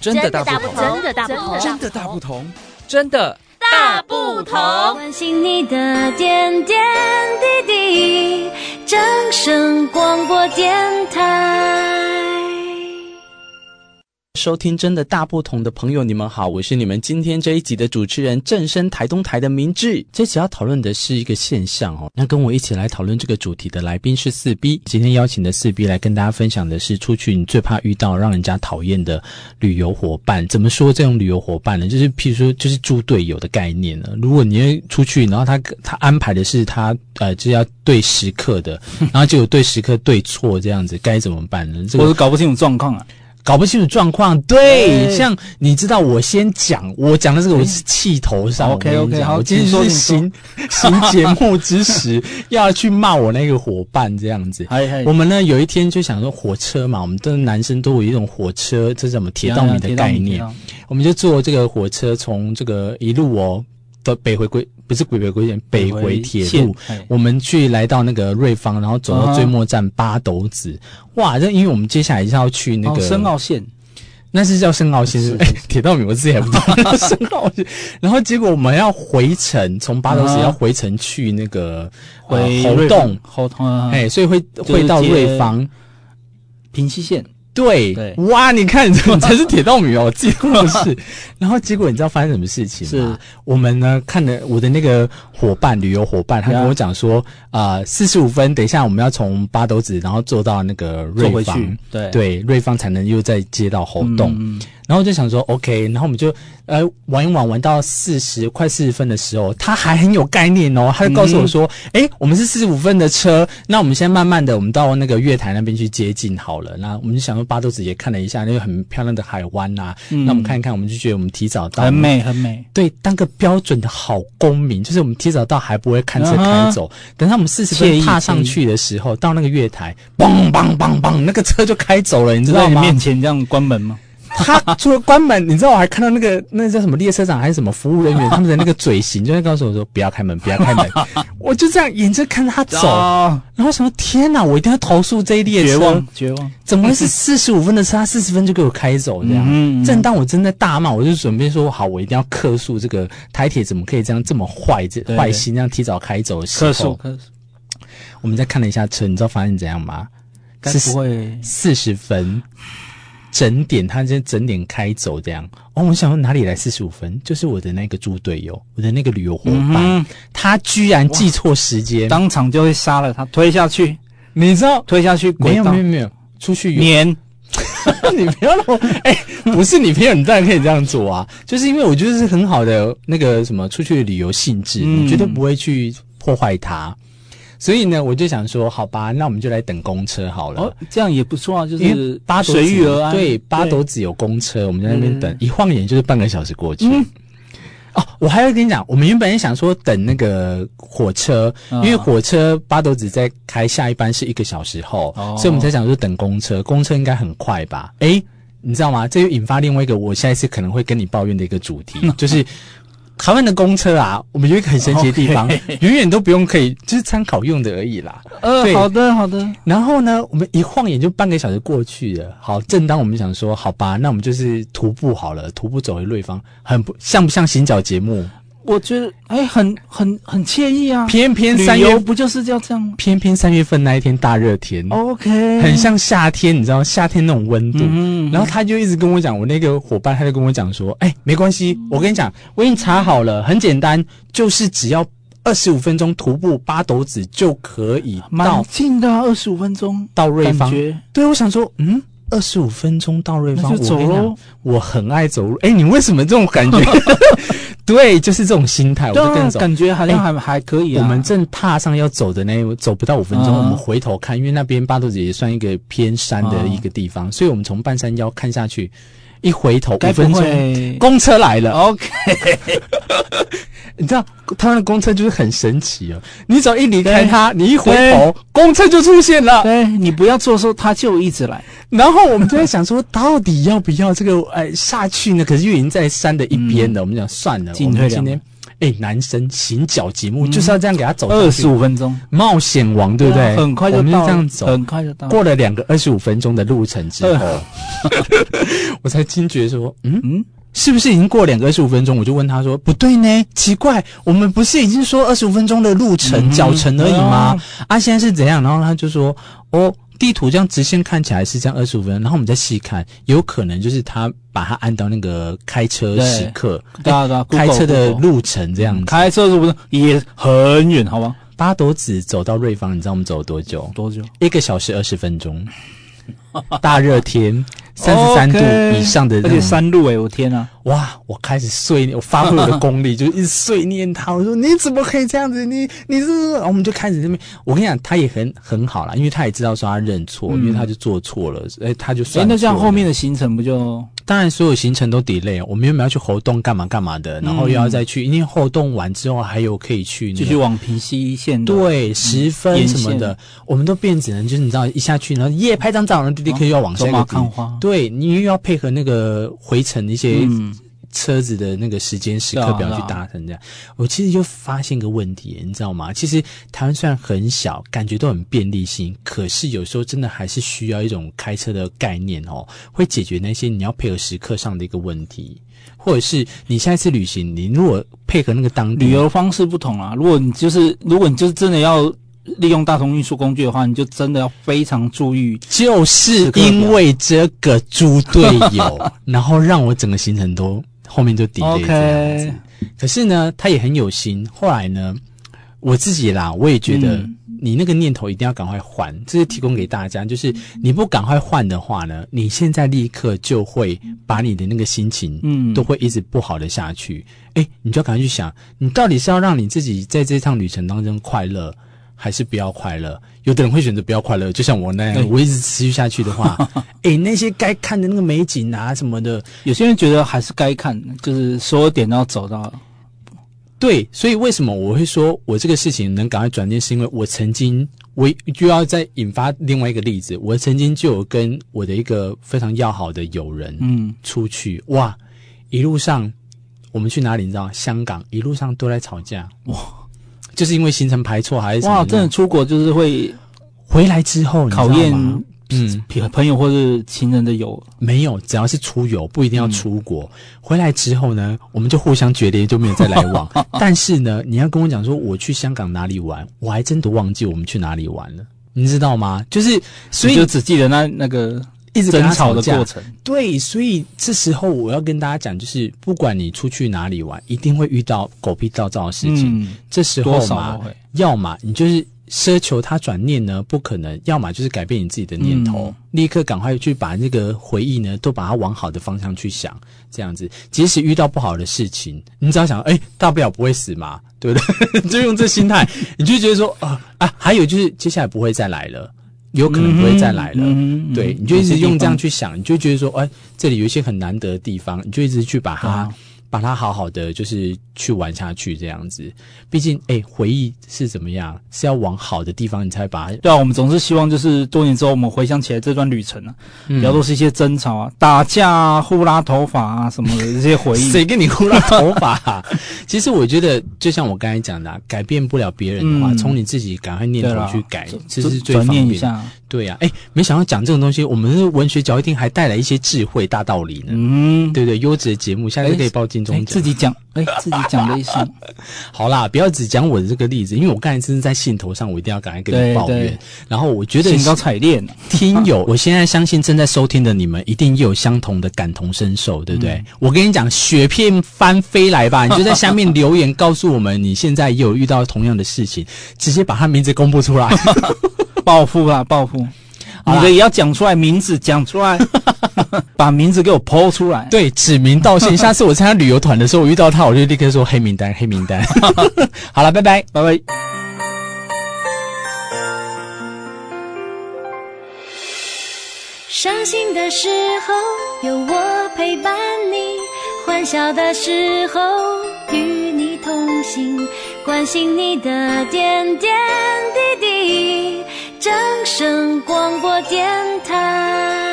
真的大不同，真的大不同，真的大不同，真的大不同。关心你的点点滴滴，掌声广播电台。收听真的大不同的朋友，你们好，我是你们今天这一集的主持人正声台东台的明志。这集要讨论的是一个现象哦，那跟我一起来讨论这个主题的来宾是四 B。今天邀请的四 B 来跟大家分享的是，出去你最怕遇到让人家讨厌的旅游伙伴。怎么说这种旅游伙伴呢？就是譬如说，就是猪队友的概念呢。如果你出去，然后他他安排的是他呃，就是要对时刻的，然后结果对时刻对错这样子，该怎么办呢？这我个是搞不清楚状况啊。搞不清楚状况。对，像你知道，我先讲，我讲的这个我是气头上。 OK，我 OK，跟你讲好我今天请说是请行行 节目之时要去骂我那个伙伴这样 子。嗨嗨我们呢有一天就想说火车嘛，我们的男生都有一种火车，这是什么铁道迷的概念。啊我们就坐这个火车从这个一路哦的北回归，不是北回归线，北回铁路线啊哎。我们去来到那个瑞芳，然后走到最末站八斗子。哇，这因为我们接下来是要去那那个个哦深澳线，那是叫深澳线，是不是是哎 铁道迷我自己还不 知道深澳线。然后结果我们要回程，从八斗子啊要回程去那个呃回猴洞，猴啊洞，哎、哎，所以会是会到接瑞芳。平西线，对，对哇！你看，你才是铁道迷哦，我记得 是。然后结果你知道发生什么事情吗？我们呢看了我的那个伙伴，旅游伙伴，他跟我讲说，啊，四十五分，等一下我们要从八斗子，然后坐到那个坐瑞回芳去，，对，对，瑞芳才能又再接到猴洞。嗯嗯然后我就想说，OK，然后我们就呃玩一玩，玩到四十快四十分的时候，他还很有概念哦，他就告诉我说，嗯诶，我们是四十五分的车，那我们先慢慢的，我们到那个月台那边去接近好了。那我们就想说，巴豆子也看了一下，那个很漂亮的海湾呐、嗯那我们看一看，我们就觉得我们提早到，很美很美，对，当个标准的好公民，就是我们提早到还不会看车开走。等到我们四十啊惬分意踏上去的时候，到那个月台，梆梆梆梆，那个车就开走了，你知就道在你吗？面前这样关门吗？他除了关门，你知道我还看到那个 那叫什么列车长还是什么服务人员，他们的那个嘴型就在告诉我说不要开门，不要开门。 我就这样眼睁看着他走，啊然后我想说天哪，我一定要投诉这一列绝车，望绝望，怎么会 是四十五分的车，他四十分就给我开走这样？嗯嗯嗯正当我正在大骂，我就准备说好，我一定要客诉这个台铁怎么可以这样这么坏，这对坏心这样提早开走的时客诉候，客诉，我们再看了一下车，你知道发现怎样吗？该是不会啊四十分，整点他就整点开走这样。哦，我想说哪里来四十五分？就是我的那个猪队友，我的那个旅游伙伴，嗯哼他居然记错时间。当场就会杀了他，推下去，你知道？推下去没轨有道没有没有，出去游碾，你不要让我哎、 不是你朋友，你当然可以这样做啊。就是因为我觉得是很好的那个什么出去旅游性质，嗯你绝对不会去破坏它。所以呢，我就想说，好吧，那我们就来等公车好了。哦，这样也不错啊，就因为是八斗子随遇而安，对，八斗子有公车，我们在那边等，嗯一晃眼就是半个小时过去。哦，我还要跟你讲，我们原本也想说等那个火车，嗯因为火车八斗子在开下一班是一个小时后，哦所以我们才想说等公车，公车应该很快吧？诶，你知道吗？这又引发另外一个我下一次可能会跟你抱怨的一个主题，嗯就是台湾的公车啊，我们有一个很神奇的地方，哦永远都不用可以，就是参考用的而已啦。呃，对好的好的，然后呢，我们一晃眼就半个小时过去了。好，正当我们想说，好吧，那我们就是徒步好了，徒步走回瑞芳，很不像不像行脚节目？我觉得哎，很很很惬意啊。偏偏旅三游月，不就是要这样吗偏偏三月份那一天大热天， ？OK，嗯很像夏天，你知道夏天那种温度。嗯然后他就一直跟我讲，我那个伙伴他就跟我讲说，哎，没关系，我跟你讲，我已经查好了，很简单，就是只要二十五分钟徒步八斗子就可以蛮到近的、啊，二十五分钟。到瑞感芳。觉对，我想说，嗯，二十五分钟到瑞芳，那就走我跟你讲咯我很爱走路，哎，你为什么这种 感觉？对，就是这种心态，我对就跟啊着，走。哎感觉好像还、还可以啊。我们正踏上要走的那一走不到五分钟，嗯我们回头看，因为那边八肚子也算一个偏山的嗯一个地方，所以我们从半山腰看下去，一回头该五不分钟，会公车来了。 OK 你知道台湾的公车就是很神奇哦，你只要一离开对它，你一回头，公车就出现了。对哎你不要做的时候，他就一直来。然后我们就在想说，到底要不要这个哎下去呢？可是又已经在山的一边了，我们讲算了，进我们退今两嗯天。哎、男神行脚节目、就是要这样给他走二上去十五分钟，冒险王，哦对不对？啊很快就我们就到了，这样走。很快就到了。过了两个二十五分钟的路程之后， 我才惊觉说，嗯嗯嗯，是不是已经过两个二十五分钟？我就问他说，不对呢，奇怪，我们不是已经说二十五分钟的路嗯程脚程而已吗？哦啊，现在是怎样？然后他就说，哦，地图这样直线看起来是这样二十五分钟，然后我们再细看，有可能就是他把它按到那个开车对时刻，对啊对啊开车的 Google，路程这样子。开车二十五分钟也很远，好吗？八斗子走到瑞芳，你知道我们走了多久？多久？一个小时二十分钟，大热天，三十三度 OK 以上的而那种且山路欸哎，我天啊！哇！我开始碎念，我发挥我的功力，就一直碎念他。我说你怎么可以这样子？你你是不是，然后我们就开始那边。我跟你讲，他也很很好啦，因为他也知道说他认错，因为他就做错了，哎，他就哎算，那这样错了后面的行程不就当然，所有行程都 delay。我们原本要去活动干嘛干嘛的，然后又要再去，因为活动完之后还有可以去那继个续往平西线的？对，十分沿什么线的，我们都变只能就是你知道一下去，然后耶拍张照，然后弟弟可以又要往下走一个马地看花对，你又要配合那个回程一些嗯车子的那个时间时刻对啊表对去啊达成这样。我其实就发现个问题，你知道吗？其实台湾虽然很小，感觉都很便利性，可是有时候真的还是需要一种开车的概念哦，会解决那些你要配合时刻上的一个问题。或者是你下一次旅行，你如果配合那个当地旅游方式不同啦。如果你就是如果你就是真的要利用大众运输工具的话，你就真的要非常注意。就是因为这个猪队友， 然后让我整个行程都后面就 delay 这样子。可是呢，他也很有心。后来呢，我自己啦，我也觉得嗯你那个念头一定要赶快换，这是提供给大家。就是你不赶快换的话呢，你现在立刻就会把你的那个心情，嗯都会一直不好的下去。哎、你就要赶快去想，你到底是要让你自己在这趟旅程当中快乐，还是不要快乐？有的人会选择不要快乐，就像我那样对，我一直持续下去的 话，哎、那些该看的那个美景啊什么的，有些人觉得还是该看，就是所有点都要走到。对，所以为什么我会说我这个事情能赶快转念，是因为我曾经我就要再引发另外一个例子，我曾经就有跟我的一个非常要好的友人，嗯，出去，哇，一路上我们去哪里？你知道，香港一路上都在吵架，哇，就是因为行程排错还是什么哇，真的出国就是会回来之后你知道考吗验嗯，朋朋友或是情人的友。没有，只要是出游不一定要出嗯国。回来之后呢，我们就互相决裂，就没有再来往。 但是呢，你要跟我讲说我去香港哪里玩，我还真的忘记我们去哪里玩了。你知道吗？就是，所你就以只记得那那个一直跟争他吵的架过程，对，所以这时候我要跟大家讲，就是不管你出去哪里玩，一定会遇到狗屁倒灶的事情。嗯这时多候少嘛都，会。要么你就是奢求他转念呢，不可能；要么就是改变你自己的念头，嗯立刻赶快去把那个回忆呢，都把它往好的方向去想。这样子，即使遇到不好的事情，你只要想，哎、大不了不会死嘛，对不对？ 就用这心态，你就觉得说，啊啊，还有就是接下来不会再来了，有可能不会再来了。嗯哼对，嗯你就一直用这有些地样方去想，你就觉得说，哎，这里有一些很难得的地方，你就一直去把它、对啊把它好好的就是去玩下去这样子。毕竟，哎，回忆是怎么样，是要往好的地方，你才把它对啊，我们总是希望就是多年之后我们回想起来这段旅程啊，嗯比较都是一些争吵啊、打架啊、互拉头发啊什么的这些 回忆。谁跟你胡乱头发、啊 其实我觉得，就像我刚才讲的啊、改变不了别人的话，嗯从你自己赶快念对头啦去改，这就是最转方念便一的。下，对呀、啊，哎，没想到讲这种东西，我们的文学角一定还带来一些智慧大道理呢。嗯，对对，优质的节目，下次哎可以报金钟哎，奖。自己讲，哎，自己讲的一 声，好啦，不要只讲我的这个例子，因为我刚才真的在信头上，我一定要赶快跟你对抱怨对。然后我觉得兴高采烈呢。听 友，我现在相信正在收听的你们，一定也有相同的感同身受，对不嗯对？我跟你讲，雪片翻飞来吧，你就在下面留言告诉我们，你现在也有遇到同样的事情，直接把他名字公布出 来。报复啊，报复！好啦你的也要讲出来，名字讲出 来，把名字给我剖出来。对，指名道姓。下次我参加旅游团的时候，我遇到他，我就立刻说黑名单，黑名 单。 好了，拜拜。拜拜。伤心的时候有我陪伴你，欢笑的时候与你同行，关心你的点点滴滴。掌声广播电台。